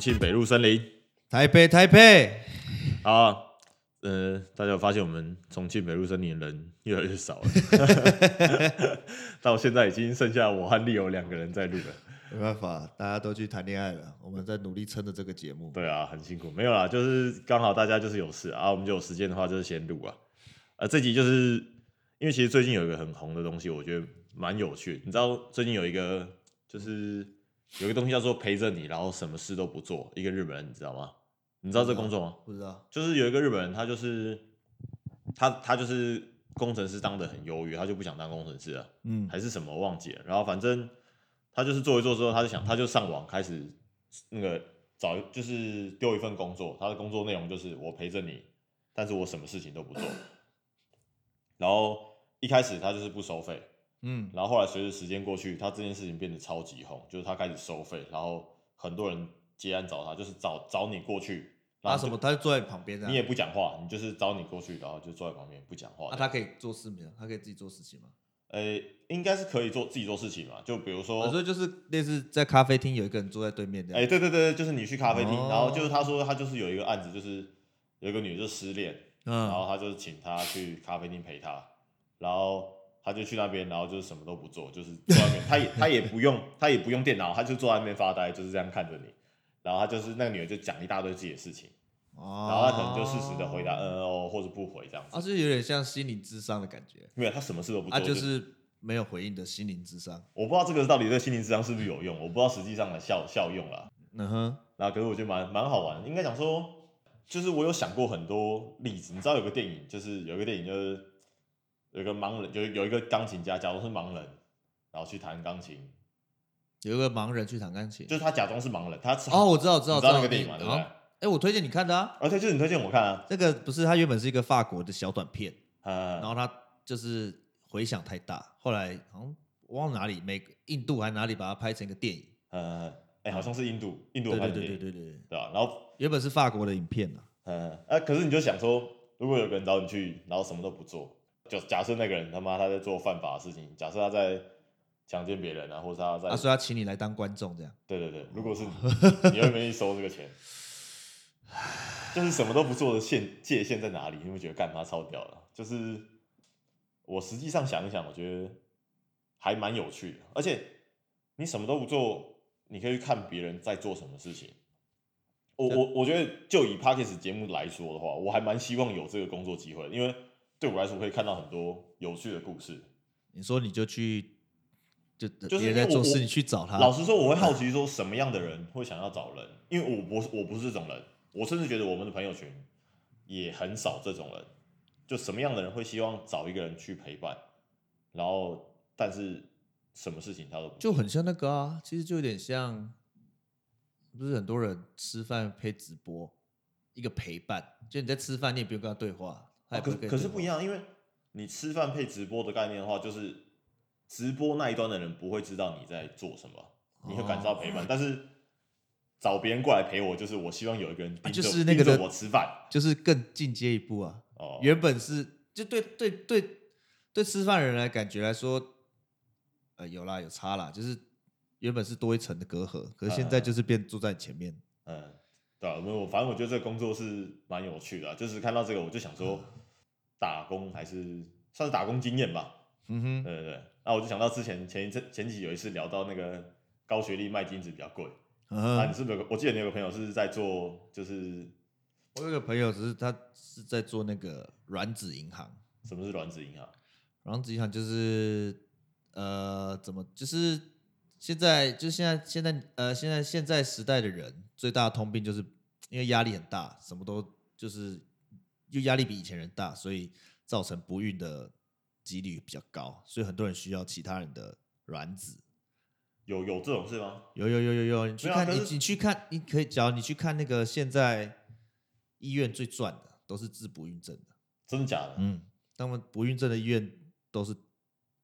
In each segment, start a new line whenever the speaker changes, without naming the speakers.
庆北路森林
台北，台北，
啊。呃，大家有发现我们重庆北路森林的人越来越少了， 到现在已经剩下我和丽友两个人在录了。
没办法，大家都去谈恋爱了，我们在努力撑着这个节目。
对啊，很辛苦。没有啦，就是刚好大家就是有事啊，我们就有时间的话就是先录啊。呃，这集就是因为其实最近有一个很红的东西，我觉得蛮有趣的。你知道最近有一个就是有一个东西叫做陪着你，然后什么事都不做，一个日本人，你知道吗？你知道这工作吗？
不知道，
就是有一个日本人，他就是他他就是工程师当的很优越，他就不想当工程师了。
嗯，
还是什么我忘记了。然后反正他就是做一做之后，他就想，他就上网开始那个找，就是丢一份工作。他的工作内容就是我陪着你，但是我什么事情都不做。然后一开始他就是不收费，
嗯，
然后后来随着时间过去，他这件事情变得超级红，就是他开始收费，然后很多人接案找他，就是找找你过去，然
他
后
啊什
你
么？他就坐在旁边这啊
就
样。
你也不讲话，你就是找你过去，然后就坐在旁边不讲话
啊，
的。
他可以做事没有？他可以自己做事情吗？
呃，应该是可以做自己做事情嘛，就比如说，
我说就是类似在咖啡厅有一个人坐在对面这
哦哎、
样。
对对对，就是你去咖啡厅，
哦
然后就是他说他就是有一个案子，就是有一个女的就失恋，然
嗯，
后他就是请她去咖啡厅陪她，然后他就去那边，然后就是什么都不做，就是坐在那边，他也他也不用他也不用电脑，他就坐在那边发呆，就是这样看着你，然后他就是那个女的就讲一大堆自己的事情，然
然
后他可能就适时的回答嗯哦或者不回这样子，
哦啊，就是有点像心灵智商的感觉，
没有他什么事都不做，
啊，就是没有回应的心灵智商。
我不知道这个到底对心灵智商是不是有用，我不知道实际上的效效用啦。
嗯哼，
然后可是我觉得蛮蛮好玩的，应该讲说，就是我有想过很多例子。你知道有个电影，就是有一个电影就是有一个盲人，有有一个钢琴家，假如是盲人，然后去弹钢琴，
有一个盲人去弹钢琴
就。是他假装是盲人，他
哦，我知道，我知
你知
道，知
道那个电影嘛，
你
对不对？
哦哎，我推荐你看的啊，
而且就是你推荐我看啊，
这个不是它原本是一个法国的小短片，然
呃，
后它就是回响太大，后来好像我忘了哪里，美印度还哪里把它拍成一个电影。
呃，哎，好像是印度，印度
对
拍
对
的
对
电
对
影，
对对，
对吧？然后
原本是法国的影片啊。
嗯，啊，可是你就想说，如果有个人找你去，然后什么都不做，就假设那个人他妈他在做犯法的事情，假设他在强奸别人啊，或者他在，
啊，所以他请你来当观众这样。
对对对，如果是你，你会不愿意收这个钱？就是什么都不做的限界限在哪里？你会觉得干他超屌了？就是我实际上想一想，我觉得还蛮有趣的，而且你什么都不做，你可以去看别人在做什么事情。我我我觉得，就以 p a c k e s 节目来说的话，我还蛮希望有这个工作机会的，因为对我来说可以看到很多有趣的故事。
你说你就去，就
就是
别
因
人
为
在做
我
事，
我
你去找他。
老实说，我会好奇说什么样的人会想要找人，因为我不是我不是这种人，我甚至觉得我们的朋友群也很少这种人。就什么样的人会希望找一个人去陪伴，然后但是什么事情他都不
就很像那个啊，其实就有点像，不是很多人吃饭配直播，一个陪伴，就你在吃饭，你也不用跟他对话，他
啊
也
可
会跟你
可是
对话
不一，样，因为你吃饭配直播的概念的话，就是直播那一端的人不会知道你在做什么，
哦
你会感受到陪伴，但是找别人过来陪我，就是我希望有一个人盯着、
啊就是那个
盯
的
着我吃饭
就是更进阶一步啊。
哦，
原本是就对对对对吃饭的人来感觉来说，呃，有啦有差啦，就是原本是多一层的隔阂，可是现在就是变坐在你前面，
嗯，对啊，我我反正我觉得这个工作是蛮有趣的啊、就是看到这个我就想说，打工还是算是打工经验吧，
嗯哼
对。对对。那我就想到之前前一阵前几集有一次聊到那个高学历卖金子比较贵，
嗯
啊，
哼
你是不是有个？我记得你有个朋友是在做就是
我有个朋友，只是他是在做那个软子银行，
什么是卵子银行？
软子银行就是呃，怎么就是现在就是现在现在呃现在现在时代的人最大的通病就是因为压力很大，什么都就是又压力比以前人大，所以造成不孕的几率比较高，所以很多人需要其他人的卵子。
有有这种事吗？
有有有有有，你去
没有啊
看、
可
你
是
你去看，你可以只要你去看那个现在医院最赚的都是治不孕症的。
真的假的？
嗯，他们不孕症的医院都是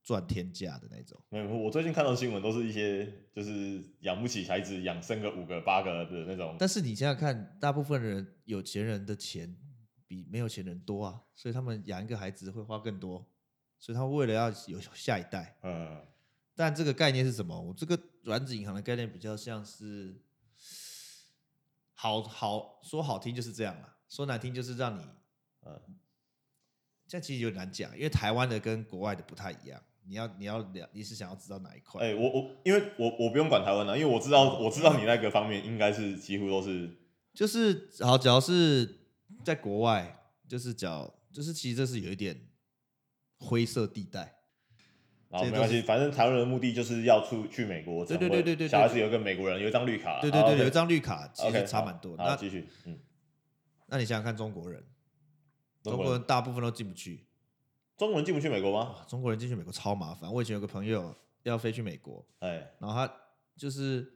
赚天价的那种。
没有，我最近看到新闻都是一些就是养不起孩子，养生个五个八个的那种。
但是你想想看，大部分人有钱人的钱比没有钱人多啊，所以他们养一个孩子会花更多，所以他们为了要有下一代。
嗯，
但这个概念是什么？我这个卵子银行的概念比较像是，好好说好听就是这样啦，说难听就是让你，呃
嗯，
这其实有点难讲，因为台湾的跟国外的不太一样。你要你要了，你是想要知道哪一块？
哎、我我因为我我不用管台湾了、啊因为我知道我知道你那个方面应该是几乎都是
就是好，只要是在国外，就是脚，就是其实这是有一点灰色地带。
然后
这
没
都
关
是
系，反正台湾人的目的就是要出去美国，怎
对
么
对
会
对对对
小孩子有一个美国人，有一张绿卡，
对对对，有一
张
张绿卡，其
啊 OK
实差蛮多的。
好，
那
继续，嗯，
那你想想看，中国人，
中
中
国
国
人
人大部分都进不去。
中国人进不去美国吗？
啊中国人进去美国超麻烦。我以前有个朋友要飞去美国，
哎，
然后他就是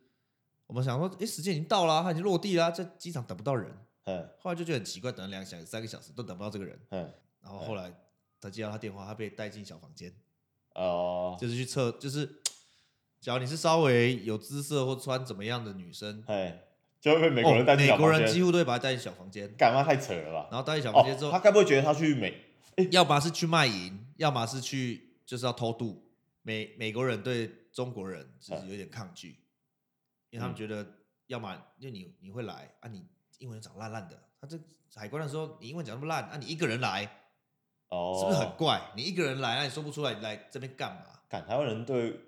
我们想说，哎，时间已经到了，他已经落地啦，在机场等不到人。
嗯
后来就觉得很奇怪，等了两个小时、三个小时都等不到这个人。
嗯，
然后后来他接到他电话，他被带进小房间。
哦，
就是去测，就是假如你是稍微有姿色或穿怎么样的女生，
哎，就会被美
美
国人带进小
哦美国
房
人
间，
几乎都会把她带进小房间，
干嘛太扯了吧？
然后带进小房间之
哦，
后，
他该不会觉得他去美
要么是去卖淫，要么是去就是要偷渡。美美国人对中国人
嗯
就是有点抗拒，因为他们觉得，要么因为你你会来啊，你英文讲烂烂的，他这海关的时候你英文讲那么烂啊，你一个人来
哦，
是不是很怪？你一个人来，那你说不出来，你来这边干嘛？
干？台湾人对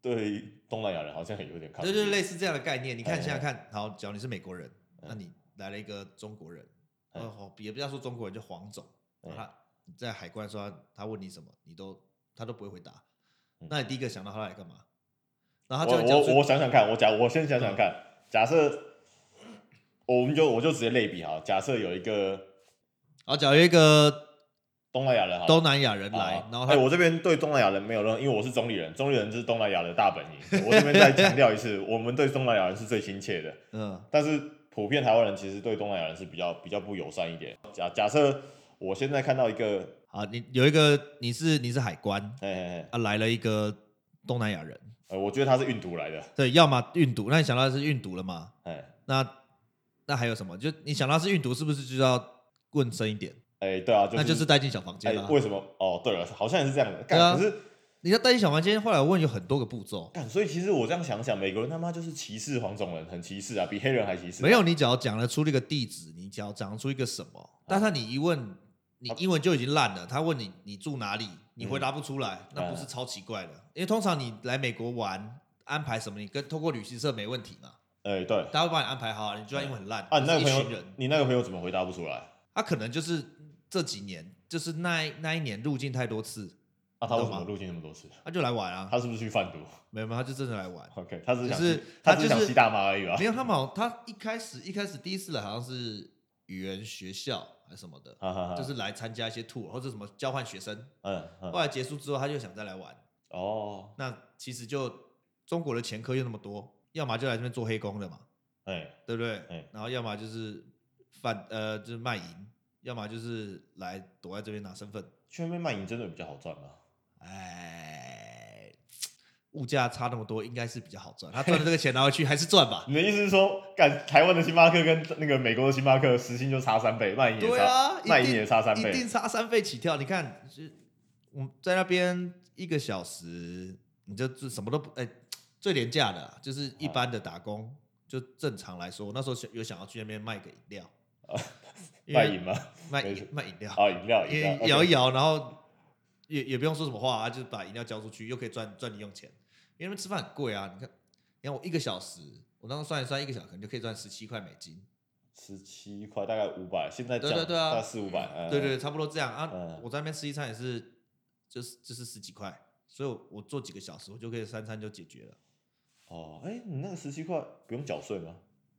对东南亚人好像很有点抗拒，
对对，类似这样的概念。你看，
哎
想想看，好，假如你是美国人，
嗯
那你来了一个中国人，
哎
哦，也不要说中国人，就黄种，
哎
然后他你在海关的时候，他他问你什么，你都他都不会回答
嗯。
那你第一个想到他来干嘛？然后他
我
啊这样讲
我我
出，
想想看，我假我先想想看，假设我们就我就直接类比哈，假设有一个
然后假如一个
东南亚人哈，
东南亚人来
好，
然后
哎、
他
我这边对东南亚人没有任何，因为我是中立人，中立人就是东南亚的大本营。我这边再强调一次，我们对东南亚人是最亲切的，
嗯
但是普遍台湾人其实对东南亚人是比较比较不友善一点。假假设我现在看到一个，
好，你有一个你是你是海关
嘿嘿嘿，
啊，来了一个东南亚人，
呃，我觉得他是运毒来的，
对，要么运毒，那你想到他是运毒了吗？
哎
那那还有什么？就你想到是运毒，是不是就要问深一点？
哎、对啊，就是、
那就是带进小房
哎、
间啦。
为什么？哦，对了，好像也是这样的。干、
对啊
可是
你要带进小房间，后来我问有很多个步骤，
干，所以其实我这样想想，美国人他妈就是歧视黄种人，很歧视啊，比黑人还歧视、
没有，你只要讲得出这个地址，你只要讲得出一个什么，
啊
但是你一问，你英文就已经烂了。他问你你住哪里，
嗯
你回答不出来，那
啊
不是超奇怪的？因为通常你来美国玩。安排什么？你跟透过旅行社没问题嘛？
哎、对啊，
他会帮你安排好，你就算英文很烂，
你
就
啊那
是
个
一
朋
群
友
人，，
你那个朋友怎么回答不出来？
他可能就是这几年，就是那一那一年入境太多次，
啊，他为什
懂
么
吗
入境那么多次？
他就来玩啊。
他是不是去贩毒
没有没有，他就真的来玩。
？OK，他只是想
就是
吸他
他
只是
就
想
是
吸大麻而已吧
没？有，他们好像他一开始一开始第一次来好像是语言学校还是什么的，
哈哈哈，
就是来参加一些 tour 或者什么交换学生。
嗯嗯
后来结束之后，他就想再来玩。
哦，
那其实就中国的前科又那么多，要么就来这边做黑工的嘛，
哎
对不对？
嗯
然后要么就是贩呃就是卖淫，要么就是来躲在这边拿身份。
去那边卖淫真的比较好赚啊吗？
哎，物价差那么多，应该是比较好赚。他赚了这个钱拿回去还是赚吧。
你的意思是说，干台湾的星巴克跟那个美国的星巴克时薪就差三倍，卖淫 也
对
差，
啊，一
卖淫
定
也差三
一
倍
定，差三倍起跳。你看，是我们在那边一个小时，你就就什么都不哎、最廉价的啊、就是一般的打
哦
工，就正常来说，我那时候想有想要去那边卖个饮料，
哦
因
卖
为
淫吗？
卖
没
饮
事
卖饮料，
啊，饮料饮
因
料
为摇一摇，然后也也不用说什么话、啊，就把饮料交出去，又可以赚赚零用钱。因为那边吃饭很贵啊，你看，你看我一个小时，我当时算一算，一个小时可能就可以赚十七块美金。
十七块，大概五百，现在
对
降
对对啊
大概四五百，嗯
对对，差不多这样啊。
嗯
我在那边吃一餐也是，就是就是十几块，所以我我做几个小时，我就可以三餐就解决了。
哦，哎、你那个十七块不用缴税吗？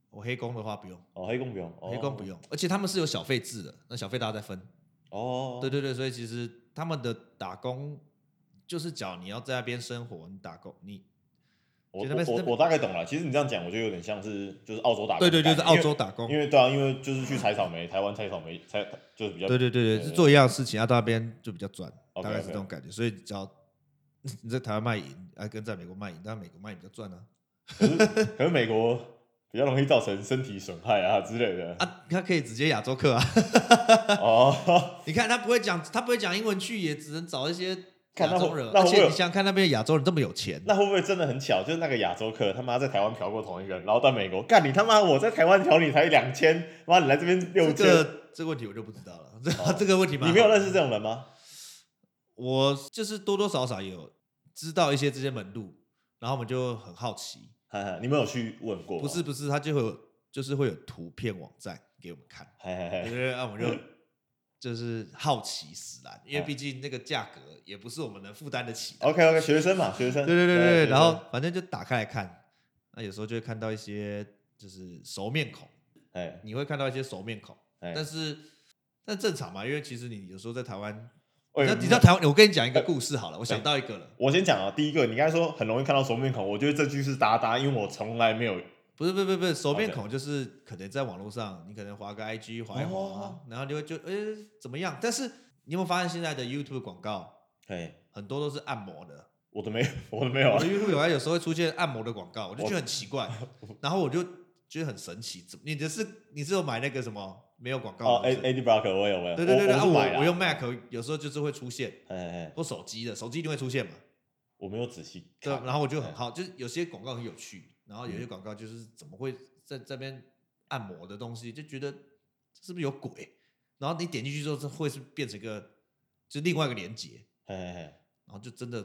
我黑工的话不用，
哦，黑工不用，哦、
黑工不用，而且他们是有小费制的，那小费大家再分。
哦，
对对对，所以其实他们的打工就是讲你要在那边生活，你打工你
我
其实那边
我
那
我我大概懂了。其实你这样讲，我觉得有点像是就是澳洲打工
对
的概
对对，
念，
就是澳洲打
因
工
为，因，为对啊，因为就是去采草莓， 台湾采草莓采就是比较
对对对
对对
对，是做一样的事情，啊要到那边就比较赚，
OK，
大概是
OK
这种感觉。所以只要 你在台湾卖淫，啊，跟在美国卖淫，但美国卖淫比较赚啊。
可能美国比较容易造成身体损害啊 之类 的。
啊，他可以直接亚洲客啊。
哦，
你看他不会讲，他不会讲英文去，也只能找一些
看那
亚
会
洲人，
那
而
会不
且
会
你想想看那边的亚洲人这么有钱，
那会不会真的很巧？就是那个亚洲客他妈在台湾嫖过同一个人，然后到美国干你他妈！我在台湾嫖你才两千，妈你来这边六
这
千，
个这个问题我就不知道了。这、
哦
这个问题蛮
你没有认识这种人吗？
我就是多多少少也有知道一些这些门路，然后我们就很好奇。
嗨嗨，你们有去问过？
不是，不是，他就会有就是会有图片网站给我们看，
嗨嗨
对
嗨，
对，啊那我们就 就是好奇使然，因为
哎
毕竟那个价格也不是我们能负担得起的。
OK OK，学生嘛， 学生，哎
对对对
学
对，
生
然后反正就打开来看，那有时候就会看到一些就是熟面孔，
哎
你会看到一些熟面孔，
哎，
但是但正常嘛，因为其实你有时候在台湾，
喂
哎你哎知道你知道台湾，我跟你讲一个故事好了，我想到一个了。
我先讲啊，第一个你刚才说很容易看到熟面孔，我觉得这句是搭搭，因为我从来没有
不是不是不是不是熟面
OK
孔，就是可能在网络上，你可能划个 IG 划一划啊、
哦
然后你会就诶怎么样？但是你有没有发现现在的 YouTube 广告
哎，
很多都是按摩的？
我都没有，我都没有
我
啊
的，YouTube 广告有时候会出现按摩的广告，我就
我
觉得很奇怪，然后我就觉得很神奇。怎么你的是你是有买那个什么没有广告
哦
的？
，A
是不是
A D Block 我有我有，
对对对
我
对，啊
是买
我
了，
我用 Mac 有时候就是会出现，
哎哎哎，
或手机的手机一定会出现嘛。
我没有仔细
对，
看，
然后我就很好，就是有些广告很有趣，然后有
嗯
些广告就是怎么会在这边按摩的东西，就觉得是不是有鬼？然后你点进去之后，这会是变成一个就是另外一个连接，
哎哎
然后就真的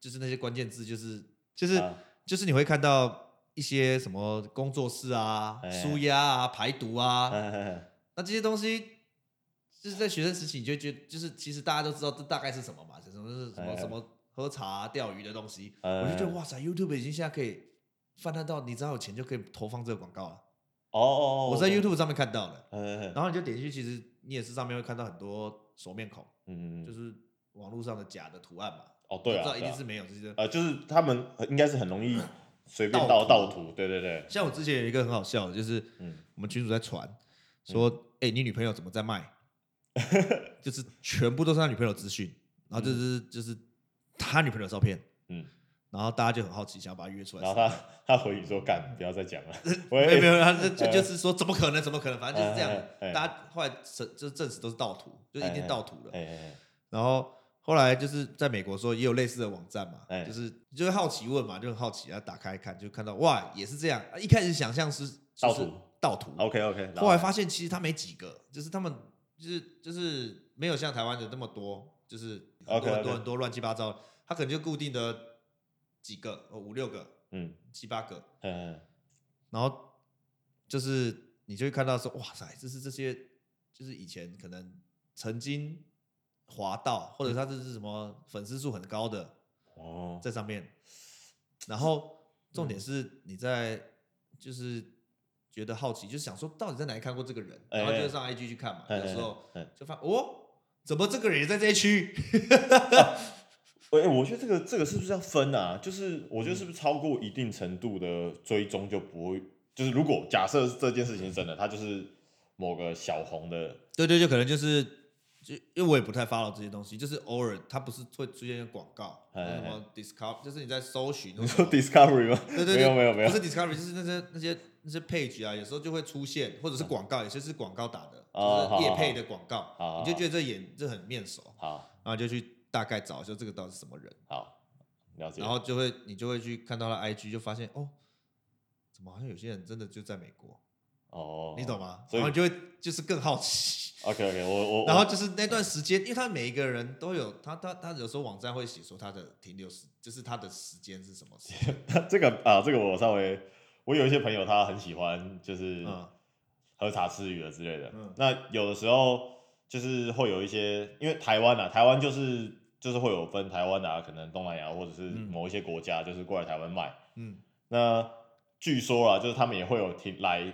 就是那些关键字，就是就是、
哎，啊
就是你会看到一些什么工作室啊、
哎
舒压啊、排毒啊，
哎哎哎，
那这些东西。就是在学生时期，你就觉得就是其实大家都知道这大概是什么嘛，什么是什
哎
么
哎
什么喝茶啊、钓鱼的东西，
哎
我就觉得哇塞，YouTube 已经现在可以泛滥到你只要有钱就可以投放这个广告了。
哦哦，哦
我在 YouTube 上面看到了，
哎哎哎，
然后你就点进去，其实你也是上面会看到很多熟面孔，
嗯，
就
嗯
是网络上的假的图案嘛。
哦对
我知
啊，
道一定
对啊
是没有，就是
呃，就是他们呃应该是很容易随便
盗
盗
图啊
盗图，对对对，
像我之前有一个很好笑的，就是
嗯，
我们群主在传说，哎、你女朋友怎么 在卖？就是全部都是他女朋友资讯，然后就是、就是他女朋友的照片，
嗯，
然后大家就很好奇，想要把他约出来。
然后他他回你说干，不要再讲了，我
没哎有没
也
有，他这
嗯
这就是说怎么可能，怎么可能，反正就是这样
哎哎哎
的。大家后来证就是证实都是盗图，就是一定盗图了。
哎哎
然后后来就是在美国说也有类似的网站嘛
哎，
就是你就会好奇问嘛，就很好奇，然后打开看就看到哇也是这样，啊一开始想象是
盗图
就
哦
是盗图，
，OK OK，
后来发现其实他没几个，就是他们就是就是没有像台湾的那么多，就是很
OK，OK
多很多很多乱七八糟，他可能就固定的几个哦五六个
嗯
七八个，
嗯。
然后就是你就会看到说，哇塞，这是这些就是以前可能曾经滑到，或者他这是什么粉丝数很高的
哦，
在上面，然后重
嗯
点是你在就是觉得好奇，就是想说到底在哪里看过这个人，
哎
然后就上 IG 去看嘛，
哎
有时候
哎哎
就发哦。怎么这个人也在这一区？
哎、我觉得这个这个是不是要分啊？就是我觉得是
嗯
不是超过一定程度的追踪就不会，就是如果假设这件事情是真的，它就是某个小红的，
对对，就可能就是，就因为我也不太 follow 这些东西，就是偶尔它不是会出现广告，
哎哎
什么 discover，就是你在搜寻或
你
什么，
说 Discovery 吗？
对对对，
没有没有没有
不是 Discovery，就是那些那些那些 page 啊，有时候就会出现，或者是广告，有些是广告打的，
嗯哦
就是
好
业
好
配的广告，
好好
你就觉得这眼这很面熟，
好
然后就去大概找说这个到底是什么人，
好了解，
然后就会你就会去看到他 IG，就发现哦，怎么好像有些人真的就在美国，
哦，
你懂吗？
所以哦
然后你就会就是更好奇。
OK OK，我我
然后就是那段时间，因为他每一个人都有他他他有时候网站会写说他的停留时，就是他的时间是什么 时间，
这个啊，这个我稍微，我有一些朋友他很喜欢就是
嗯
喝茶吃鱼的之类的。
嗯
那有的时候就是会有一些，因为台湾啊，台湾就是就是会有分台湾啊，可能东南亚或者是
嗯
某一些国家，就是过来台湾卖。
嗯
那据说啦，就是他们也会有听来，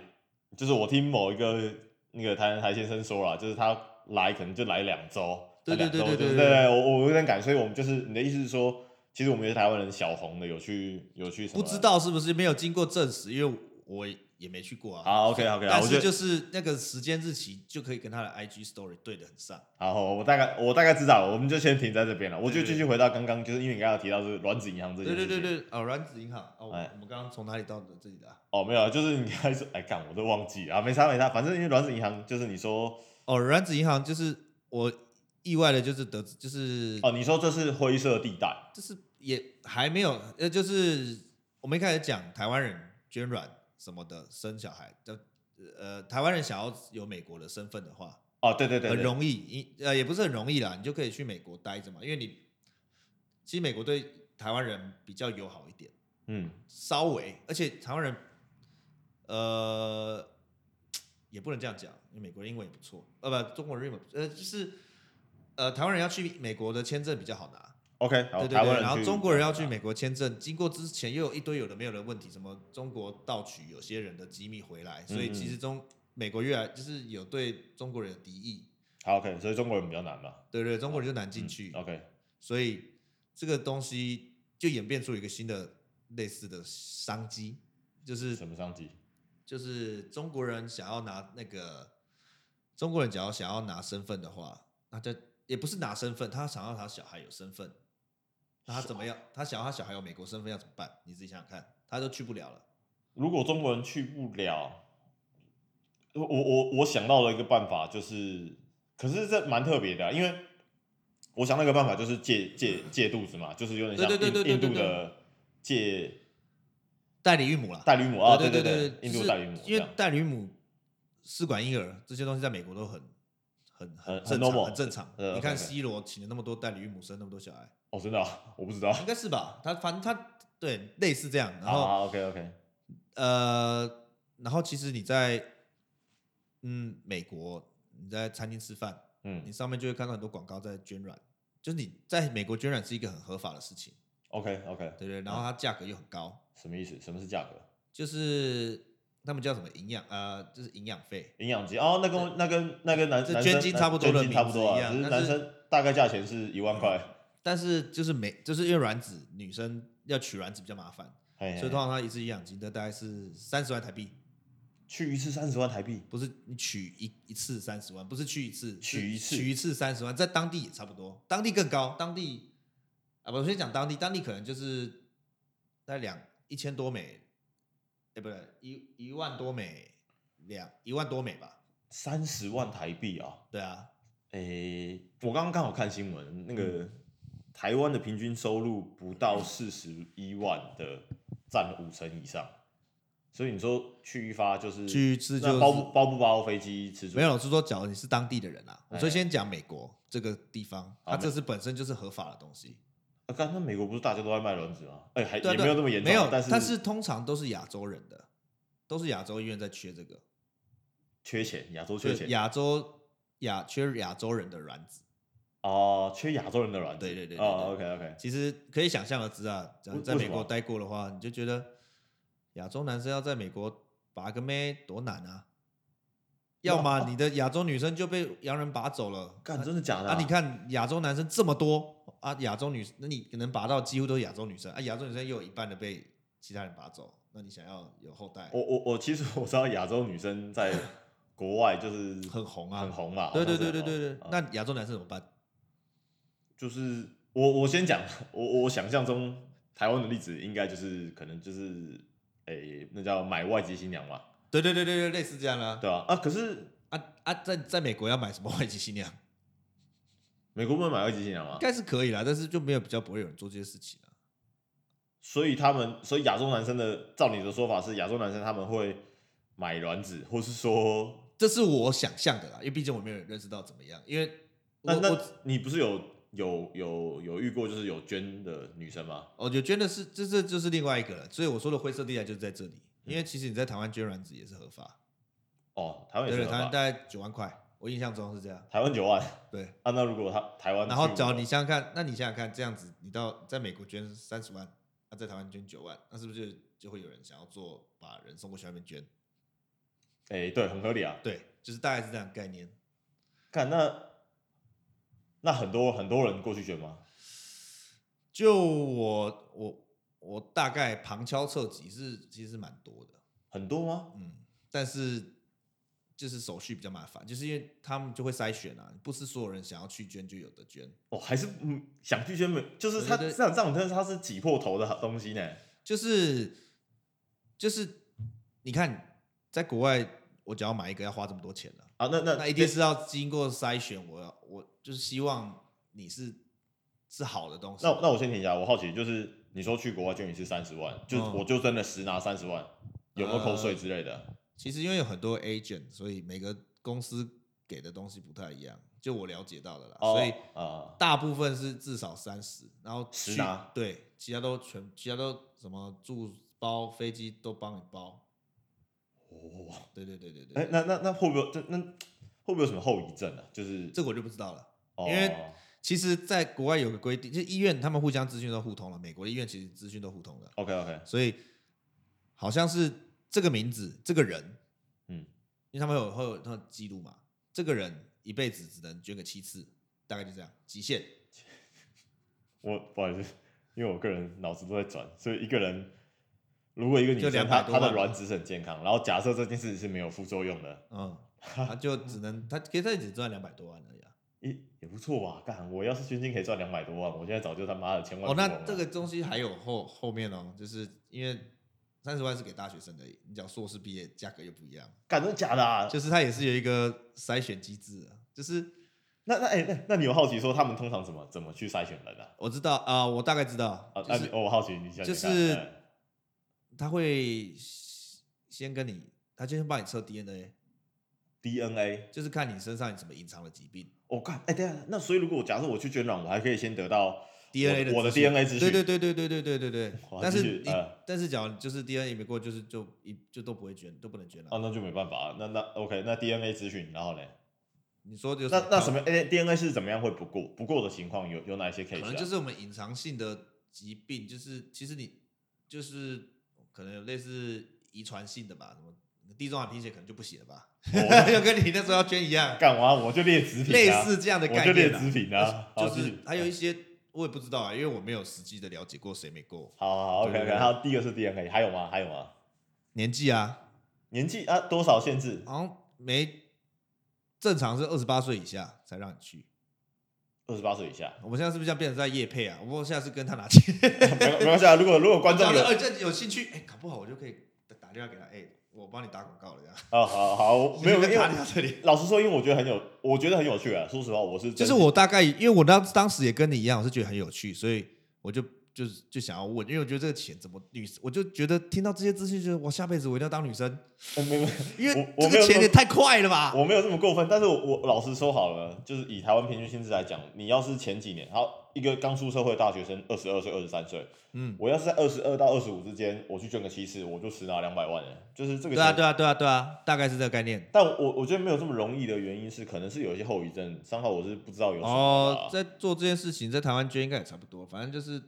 就是我听某一个那个台南台先生说啦，就是他来可能就来两周，
对对
来两周
对对
就是
对对
对我我有点感，所以我们就是你的意思是说，其实我们也是台湾人小红的，有去有去什
不
么？
知道是不是没有经过证实，因为我也没去过啊。
好，OK，OK，好，OK OK，
但
我觉
是
得
就是那个时间日期就可以跟他的 IG story 对的很上。
好，我大概我大概知道了，我们就先停在这边了。我就
对对
继续回到刚刚，就是因为你刚刚有提到是卵子银行这件
对
事
对
情。
对对，哦，卵子银行哦，我
哎
我们刚刚从哪里到的这里的啊？
哦，没有啊，就是你开始哎干，我都忘记了啊，没差没差，反正因为卵子银行就是你说
哦，卵子银行就是我意外的就是得知就是
哦，你说这是灰色地带，
就是也还没有，呃，就是我们一开始讲台湾人捐卵什么的生小孩，就呃台湾人想要有美国的身份的话，
哦，对对对
很
对，
容易，一呃也不是很容易啦，你就可以去美国待着嘛，因为你其实美国对台湾人比较友好一点，
嗯，
稍微，而且台湾人呃也不能这样讲，因为美国人英文也不错，呃不中国人英文呃就是呃台湾人要去美国的签证比较好拿，
OK，好，
对对
哦台湾
对，
人
然后
去
中国人要去美国签证，经过之前又有一堆有的没有的问题，什么中国盗取有些人的机密回来，
嗯
所以其实中美国越来就是有对中国人的敌意，
好 OK，所以中国人比较难嘛，嗯
对对，中国人就难进去，
OK，
所以这个东西就演变出一个新的类似的商机，就是
什么商机？
就是中国人想要拿那个中国人只要想要拿身份的话，那就也不是拿身份，他想要他小孩有身份，那他怎么样？他想要他小孩有美国身份要怎么办？你自己想想看，他都去不了了。
如果中国人去不了，我我我想到了一个办法，就是，可是这蛮特别的啊、因为我想到一个办法，就是借借借肚子嘛，就是有点像
对对对
印印
对对
度的借
代理孕母啦，
代理母啊，
对
对
对
印度代理母
就是
这
因
样
为，代理孕母、试管婴儿这些东西在美国都很很
很
正
很 normal
常，很正常。
呃
你看
OK，OK
C 罗请了那么多代理孕母生那么多小孩，
哦，真的啊、我不知道，
应该是吧？他反正他对类似这样，然 后
啊，OK OK，
呃，然后其实你在嗯美国，你在餐厅吃饭，
嗯
你上面就会看到很多广告在捐卵，就是你在美国捐卵是一个很合法的事情，
，OK OK，
对不对？然后它价格又很高，
什么意思？什么是价格？
就是他们叫什么营养呃，就是营养费，
营养剂哦，那跟那跟那跟男
这
男
捐
生
精
男
差不多的
捐精差不
名字
多啊，
一样
只是
但
男
是嗯
生大概价钱是一万块，
但是就是美就是因为卵子女生要取卵子比较麻烦，
嘿嘿
所以通常它一次营养金的大概是三十万台币，
去一次三十万台币，
不是你取一一次三十万，不是去一次，是
取一次
取一次三十万，在当地也差不多，当地更高，当地啊，不我先讲当地，当地可能就是在两一千多美，哎、不对，一一万多美，两一万多美吧，
三十万台币啊！
对啊，
诶、我刚刚刚好看新闻，那个
嗯
台湾的平均收入不到四十一万的，占五成以上。所以你说去一发就是
去一次就是
嗯那包不包不包飞机吃住
没？有，我是说，假如你是当地的人啊，我
哎
所以先讲美国这个地方，
好
它这是本身就是合法的东西，
啊，刚那美国不是大家都在卖卵子吗？哎、还
对啊
也
对啊
没有那么严重，
没有，
但是
但是通常都是亚洲人的，都是亚洲医院在缺这个，
缺钱，亚洲
所
缺
以
钱
亚洲亚缺亚洲人的卵子。
哦、缺亚洲人的卵子。
对对对对
哦，OK OK，
其实可以想象而知啊，只要
为
在
为
美
什
国
么
待过的话，你就觉得亚洲男生要在美国拔个妹多难啊！要么你的亚洲女生就被洋人拔走了，
干真的假的
啊！你看亚洲男生这么多啊，亚洲女，那你能拔到几乎都是亚洲女生啊，亚洲女生又有一半的被其他人拔走，那你想要有后代，
我我我其实我知道亚洲女生 在国外就是
很红啊
很红嘛。
对
好像
对
是
对
很
对对
红
对，
啊
那亚洲男生怎么办？
就是我我先讲，我我想象中台湾的例子应该就是可能就是诶、那叫买外籍新娘嘛，
对对对对对，类似这样啦、
对吧、啊？可是
啊啊，在在美国要买什么外籍新娘？
美国不能买外籍新娘嘛
应，该是可以啦，但是就没有比较不会有人做这些事情啊。
所以他们所以亚洲男生的，照你的说法是亚洲男生他们会买卵子，或是说
这是我想象的啦，因为毕竟我没有认识到怎么样，因为我
那那
我哦
你不是有有有有遇过就是有捐的女生吗？
我就觉得是这这就是另外一个了，所以我说的灰色地带就是在这里，因为其实你在台湾捐卵子也是合法，
哦，台湾
对
也
对，
是
台湾大
吧？
概九万块，我印象中是这样，
台湾九万
对。
啊，那如果他台湾
然后
去
只要你想想看，那你想想看，这样子你到在美国捐三十万，那、在台湾捐九万，那是不是就就会有人想要做把人送过去那边捐？
哎、对，很合理啊，
对，就是大概是这样的概念。
看那那很多很多人过去捐吗？
就我我我大概旁敲侧击是其实是蛮多的，
很多吗？
嗯，但是就是手续比较麻烦，就是因为他们就会筛选啊，不是所有人想要去捐就有的捐，
哦，还是嗯想去捐没？就是他
对
这
对对
样这种，但是他是挤破头的东西呢。
就是就是你看在国外，我只要买一个要花这么多钱了、
啊，那那
那一定是要经过筛选。我要我就是希望你是是好的东西。
那那我先停一下，我好奇就是你说去国外捐一次三十万，就、
嗯呃
我就真的实拿三十万，有没有扣税之类的？
其实因为有很多 agent，所以每个公司给的东西不太一样。就我了解到的啦，
哦
所以
啊、
大部分是至少三十，然后
实
去
拿
对，其他都全其他都什么住包飞机都帮你包。
哦，
对对对对对，
哎、那那那会不会这那会不会有什么后遗症啊？就是
这个我就不知道了。
哦
因为其实，在国外有个规定，就医院他们互相资讯都互通了。美国的医院其实资讯都互通的，
OK OK，
所以好像是这个名字、这个人，
嗯，
因为他们有会有那种记录嘛，这个人一辈子只能捐个七次，大概就这样，极限。
我不好意思，因为我个人脑子都在转，所以一个人如果一个女
就
生
200
她
多
她的
万
卵子是很健康，然后假设这件事是没有副作用的，
嗯，他就只能他其实他也只赚两百多万而已啊。
也也不错吧？干，我要是捐精可以赚两百多万，我现在早就他妈的千万
哦，那
富翁了
这个东西还有后后面哦，就是因为三十万是给大学生的，你讲硕士毕业价格又不一样，
干真的假的啊？
就是它也是有一个筛选机制的，就是。
那那哎、那那你有好奇说他们通常怎么怎么去筛选人啊？
我知道啊、我大概知道
啊，，
就
那你
是
哦我好奇你想哎
就是他会先跟你，他就先帮你测 DNA，
DNA，
就是看你身上有什么隐藏的疾病
我干哎对啊，那所以如果我假设我去捐卵，我还可以先得到
，DNA
我的
资讯
DNA 资讯
对对对对对对对对对
哇。
但
继
是
续
你
呃
但是讲就是 DNA 没过，就是就一就都不会捐，都不能捐
哦，
了。
那就没办法啊，那那 OK，那 DNA 资讯，然后嘞，
你说有
那那什
么
么哎 A DNA 是怎么样会不过？不过的情况有有哪一些可啊
可
以？
能就是 我们隐藏性的疾病，就是其实你就是可能有类似遗传性的吧，什么地中海贫血可能就不行了 吧，
我
就跟你那时候要捐一样，
干完我就列子品啊，
类似这样的
我
概
就列
念啊。
子品啊，好
就
继
是
续
还有一些我也不知道啊，因为我没有实际的了解过谁没过
好好好 OK
对对
OK，
对
还有第一个是 DNA，还有吗？还有吗？
年纪啊，
年纪啊多少限制？
好像没正常是二十八岁以下才让你去。
二十八岁以 下，
我们现在是不是要变成在夜配啊？我下次跟他拿钱，
没没关系啊。如果如果观众有
呃 这有兴趣，哎、搞不好我就可以打打电话给他，哎、我帮你打广告了这样。
哦，好好，我没有，因
跟
为
他聊这里。
老实说，因为我觉得很有，我觉得很有趣啊。说实话，我是真
就是我大概，因为我当当时也跟你一样，我是觉得很有趣，所以我就就是就想要问，因为我觉得这个钱怎么女，我就觉得听到这些资讯，就是我下辈子我一定要当女生，
呃没有，
因为
我我
这
没有那
个钱
么
也太快了吧。
我没有这么过分。但是我我老实说好了，就是以台湾平均薪资来讲，你要是前几年，好一个刚出社会的大学生，二十二岁、二十三岁，
嗯，
我要是在二十二到二十五之间，我去捐个七次，我就实拿两百万了。就是这个
对啊，
钱。
对啊，对啊，对啊，大概是这个概念。
但我我觉得没有这么容易的原因是，可能是有一些后遗症，伤害我是不知道有什么的啊、
哦，在做这件事情，在台湾捐应该也差不多，反正就是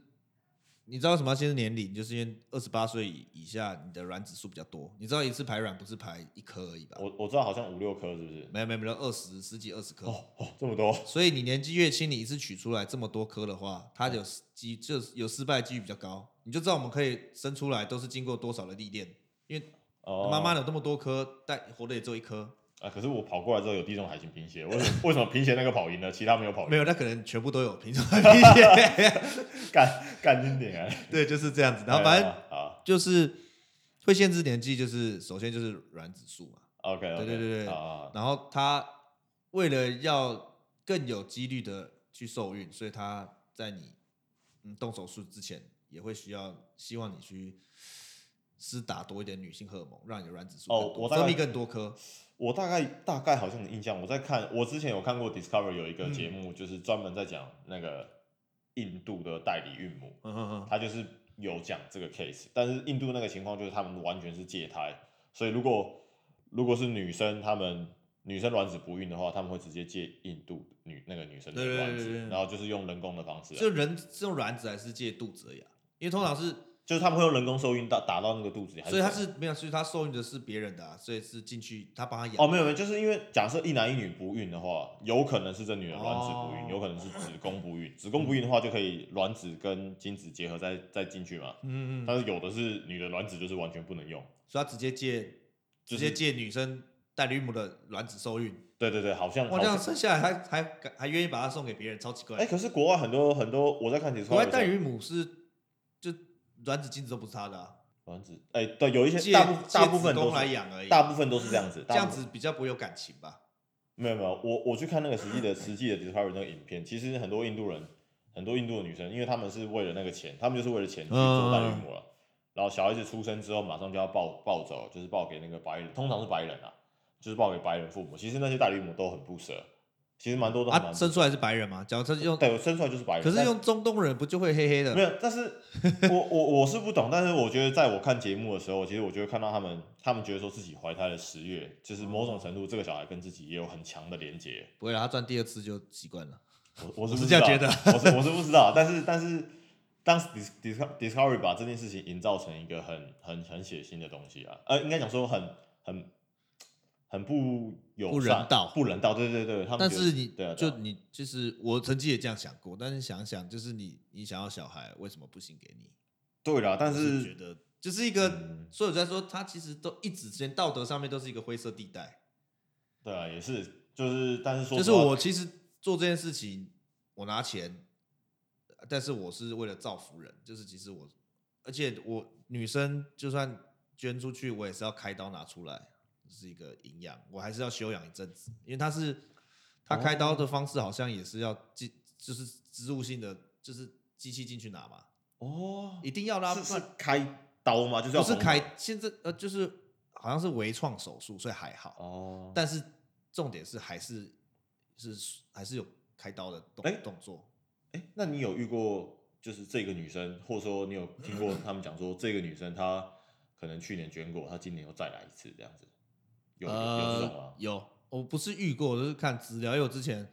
你知道为什么要限制年龄，就是因为二十八岁以以下你的卵子数比较多。你知道一次排卵不是排一颗而已吧？
我我知道好像五六颗是不是？
没有没有没有，二十十几二十颗。
哦哦，这么多
所以你年纪越轻，你一次取出来这么多颗的话，它有机就是有失败几率比较高。你就知道我们可以生出来都是经过多少的历练，因为
哦，
妈妈有这么多颗，但活的也只有一颗，
啊，可是我跑过来之后有地中海型贫血，为什么为什么贫血那个跑赢了，其他没有跑赢？
没有，那可能全部都有品种贫血。
干干经典啊！
对，就是这样子。然后反正
啊好
就是会限制年纪，就是首先就是卵子数嘛，
，OK，
对对对对
啊，
然后他为了要更有几率的去受孕，所以他在你嗯动手术之前也会需要希望你去施打多一点女性荷尔蒙，让你的卵子数
哦
更多
我大概
分泌更多颗。
我大概大概好像有印象，我在看，我之前有看过 Discover 有一
嗯
个节目，就是专门在讲那个印度的代理孕母，
嗯嗯嗯，
他就是有讲这个 case，但是印度那个情况就是他们完全是借胎，所以如果如果是女生，她们女生卵子不孕的话，他们会直接借印度女那个女生的
对对对
卵
对
子，
对
然后就是用人工的方式来
嗯就人这种卵子还是借肚子而已、啊，因为通常是，
就是他们会用人工受孕打打到那个肚子里，还
所以他
怎样
是没有，所以他受孕的是别人的、啊，所以是进去他帮他养。
哦没有没有，就是因为假设一男一女不孕的话，有可能是这女的卵子不孕，
哦
有可能是子宫不孕，子宫不孕的话就可以卵子跟精子结合再再进去嘛，
嗯嗯嗯，
但是有的是女的卵子就是完全不能用，
所以他直接借，
就
直
是
接借女生代理孕母的卵子受孕。
对对对，好像好
哇，这
像
样生下来还还敢还愿意把它送给别人，超奇怪。
哎、可是国外很多很多我在看解说，
国外代孕母是就卵子精子都不是他的、啊，
卵子，哎、对，有一些
借
大部大
借
部分
子宫
都
来
是
养而已，
大部分都是这样子，
这
大部
样子比较不会有感情吧？
没有没有，我我去看那个实际的 实际的 Discovery 那个影片，其实很多印度人，很多印度的女生，因为他们是为了那个钱，他们就是为了钱去做代孕
嗯
母了。然后小孩子出生之后，马上就要抱抱走，就是抱给那个白人，通常是白人啊，就是抱给白人父母。其实那些代孕母都很不舍，其实蛮多都还蛮
啊，
不
生出来是白人嘛？假设用，
对，我生出来就是白人，
可是
但
用中东人不就会黑黑的？
没有，但是我我我是不懂，但是我觉得在我看节目的时候，其实我就会看到他们，他们觉得说自己怀胎了十月，就是某种程度这个小孩跟自己也有很强的连接。
不会啦，他赚第二次就习惯了。
我我是不
我是
知道
这样觉 得
我是我是不知道，但是但是当时 Dis- Dis- Discovery 把这件事情营造成一个很很很血腥的东西啊，呃，应该讲说很很很不友善、
不人道
不人道，对对对，他们
但
觉得
是你
对啊对
就
啊
你就是我曾经也这样想过，但是想想就是你你想要小孩，为什么不行给你？
对啦，但
我
是
是觉得就是一个，
嗯
所以我在说他其实都一直之间道德上面都是一个灰色地带。
对啊，也是就是，但是说
就
实
是
话
我其实做这件事情，我拿钱，但是我是为了造福人，就是其实我，而且我女生就算捐出去，我也是要开刀拿出来，是一个营养，我还是要休养一阵子，因为她是她开刀的方式好像也是要进，就是植入性的，就是机器进去拿嘛，
哦，
一定要啦，
是
不
是
然
开刀吗？就是要
不是
缝吗
开，现在呃就是好像是微创手术，所以还好，
哦，
但是重点是还是是还是有开刀的动、
哎
动作。
哎、那你有遇过就是这个女生，或者说你有听过他们讲说这个女生她可能去年捐过，她今年又再来一次这样子，有有有这种啊吗
呃？，有，我不是遇过，我就是看资料，因为我之前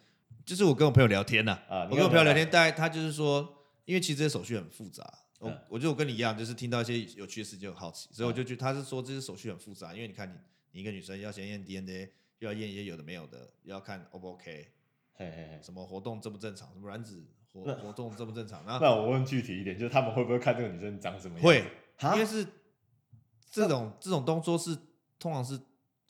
就是我跟我朋友聊天呐、
啊
我
你
跟
跟
我朋友聊
朋友
天，大概他就是说，因为其实这些手续很复杂。我
嗯
我觉得我跟你一样，就是听到一些有趣的事情就很好奇，所以我就觉得他是说这些手续很复杂，因为你看你你一个女生要先验 DNA，又要验一些有的没有的，又要看 O 不 OK，
嘿嘿嘿。
什么活动正不正常，什么卵子活
那
活动正 不正常，然后
那我问具体一点，就是他们会不会看这个女生长什么样子？
会，
哈
因为是这种这种动作是通常是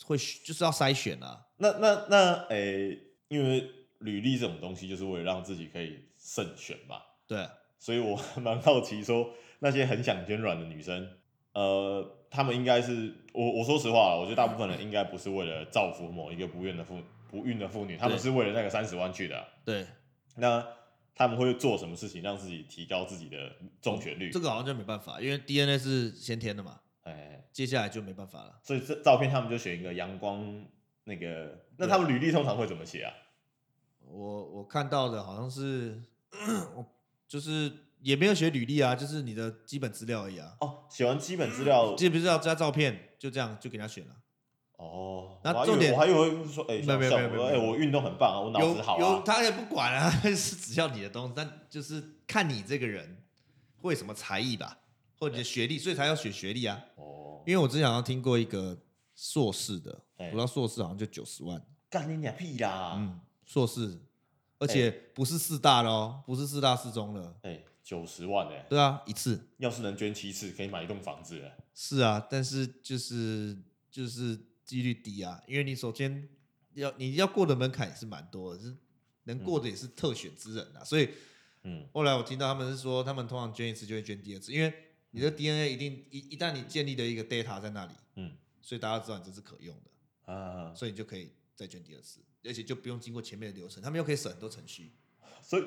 会就是要筛选啊，
那那那诶、因为履历这种东西就是为了让自己可以慎选嘛，
对，
所以我 蛮好奇说那些很想捐卵的女生，呃，她们应该是我我说实话啦，我觉得大部分人应该不是为了造福某一个不孕的妇不孕的妇女，她们
对
是为了那个三十万去的啊、
对，
那他们会做什么事情让自己提高自己的中选率？
这个好像就没办法，因为 DNA 是先天的嘛，
哎，
接下来就没办法了。
所以这照片他们就选一个阳光那个，那他们履历通常会怎么写啊？
我我看到的好像是， 我就是也没有写履历啊，就是你的基本资料而已啊，
哦，写完基本资料
基本资料加照片，就这样就给他选了。
哦，
那
我还以为
重点
我还以为说，哎，
没有没有
像
没有
我说
没
哎，
有
我运动很棒啊，我脑子好
有有
啊，
他也不管啊， 是只要你的东西，但就是看你这个人会什么才艺吧，或者你的学历，所以才要选学历啊。
哦，
因为我之前好像听过一个硕士的，
哎
读到硕士好像就九十万，
干你俩屁啦！
嗯，硕士，而且不是四大的哦，不是四大四中的，
哎，九十万哎，
对啊，一次
要是能捐七次，可以买一栋房子了。
是啊，但是就是就是几率低啊，因为你首先要你要过的门槛也是蛮多的，是能过的也是特选之人啊，所以
嗯，
后来我听到他们是说，他们通常捐一次就会捐第二次，因为你的 DNA 一定一一旦你建立的一个 data 在那里，
嗯，
所以大家知道你这是可用的。
啊，
所以你就可以再捐第二次，而且就不用经过前面的流程，他们又可以省很多程序。
所以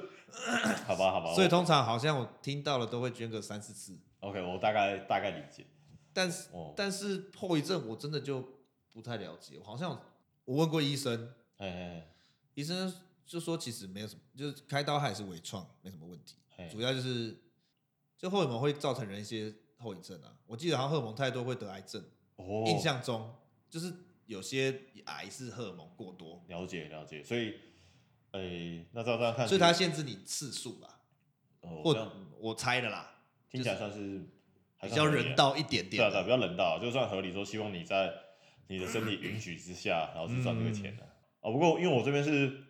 好吧好吧，
所以
我
通常好像我听到了都会捐个三四次，
OK，我大概大概理解。
但是、
哦
但是后遗症我真的就不太了解。我好像我问过医生，
哎哎
医生就说其实没有什么，就是开刀还是微创没什么问题，
哎，
主要就是就荷尔蒙会造成人一些后遗症啊。我记得好像荷尔蒙太多会得癌症，
哦，
印象中就是有些癌是荷尔蒙过多，
了解了解，所以，诶、那照这样看，
所以它限制你次数吧，
哦
或
这样
我猜的啦。
听起来算是还
比
算
较
合理
人
啊，
道一点
对啊
点
对啊，
的。
比较人道啊，就算合理说，希望你在你的身体允许之下，然后去赚这个钱的、哦，不过因为我这边是，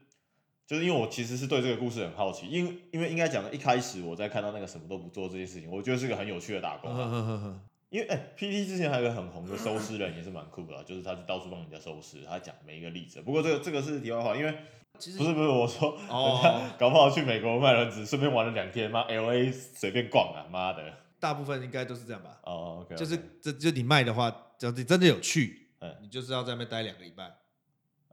就是因为我其实是对这个故事很好奇，因为因为应该讲的一开始我在看到那个什么都不做这件事情，我觉得是个很有趣的打工、啊。因为哎、p t 之前还有一个很红的收尸人也是蛮酷的啊、就是他就到处帮人家收尸，他讲每一个例子。不过这个这个是题外话，因为
其实
不是不是，我说
哦
人家搞不好去美国卖卵子，顺便玩了两天，妈 L A 随便逛啊，妈的，
大部分应该都是这样吧，
哦，OK，
就是这就你卖的话，只要你真的有去，
嗯，
你就是要在那边待两个礼拜，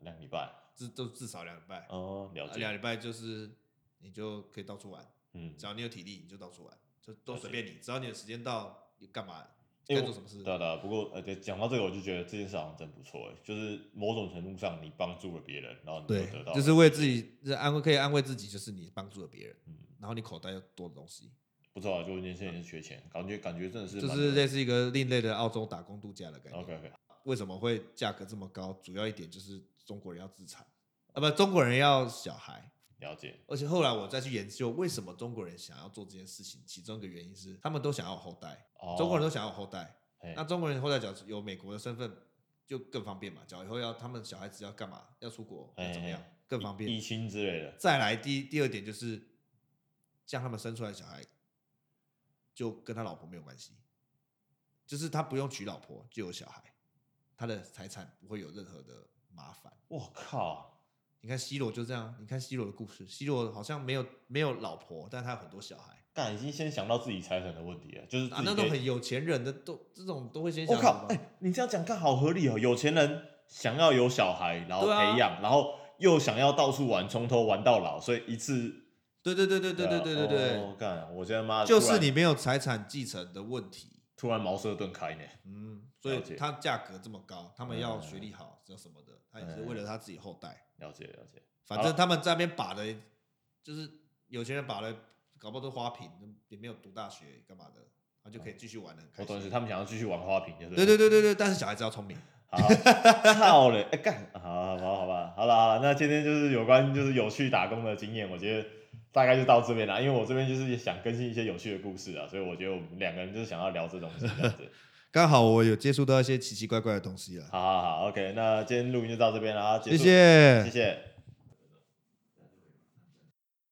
两个礼拜，
至都至少两个礼拜，啊
哦，了
两
解，
个礼拜就是你就可以到处玩，
嗯，
只要你有体力你就到处玩，就都
了解
随便你，只要你的时间到，你干嘛
因
该
为
做什么事
对。啊对啊，不过呃，对讲到这个，我就觉得这件事好像真不错哎，就是某种程度上你帮助了别人，然后你就
对
得到，了，
就是为自己就是安慰，可以安慰自己，就是你帮助了别人，
嗯，
然后你口袋又多的东西，
不错啊，就年轻人缺钱，感觉感觉真的是
就
蛮
是类似一个另类的澳洲打工度假的感觉。
OK OK，
为什么会价格这么高？主要一点就是中国人要自产啊，不，中国人要小孩。
了解，
而且后来我再去研究，为什么中国人想要做这件事情，其中一个原因是他们都想要有后代，
哦，
中国人都想要有后代。
嘿
那中国人后代只要有美国的身份，就更方便嘛。只要以后要他们小孩子要干嘛，要出国，要怎么样
哎，
更方便。
疫情之类的，
再来第第二点就是，像他们生出来的小孩，就跟他老婆没有关系，就是他不用娶老婆就有小孩，他的财产不会有任何的麻烦。
我靠，
你看 C 罗就这样，你看 C 罗的故事，C 罗好像没有没有老婆，但他有很多小孩
干已经先想到自己财产的问题了，就是自
啊，
己
那
可
种
以
很有钱人的都这种都会先
我
想
靠
好，吧
哎、你这样讲看好合理哦。有钱人想要有小孩，然后
对啊
培养，然后又想要到处玩，从头玩到老，所以一次。
对对对对对对对对对，
我、哦、干，我现在妈
就
突
是
然
你没有财产继承的问题。
突然茅塞顿开呢。
嗯，所以
了解
它价格这么高，他们要学历好，要什么的，他也是
嗯
为了他自己后代。
了解了解，
反
好
正
了
他们在那边把的，就是有钱人把的，搞不好都花瓶，也没有读大学干嘛的，然后就可以继续玩的很
我
开
懂的嗯是
心。
他们想要继续玩花瓶，就是
对对对对对，但是小孩子要聪明。
好，操嘞！哎、干，好好好好吧，好了好了，那今天就是有关就是有趣打工的经验，我觉得大概就到这边啦。因为我这边就是想更新一些有趣的故事啊，所以我觉得我们两个人就是想要聊这东西这样子。
刚好我有接触到一些奇奇怪怪的东西了，
好好好，OK，那今天录音就到这边了啊，结
谢
束，谢。
谢
谢。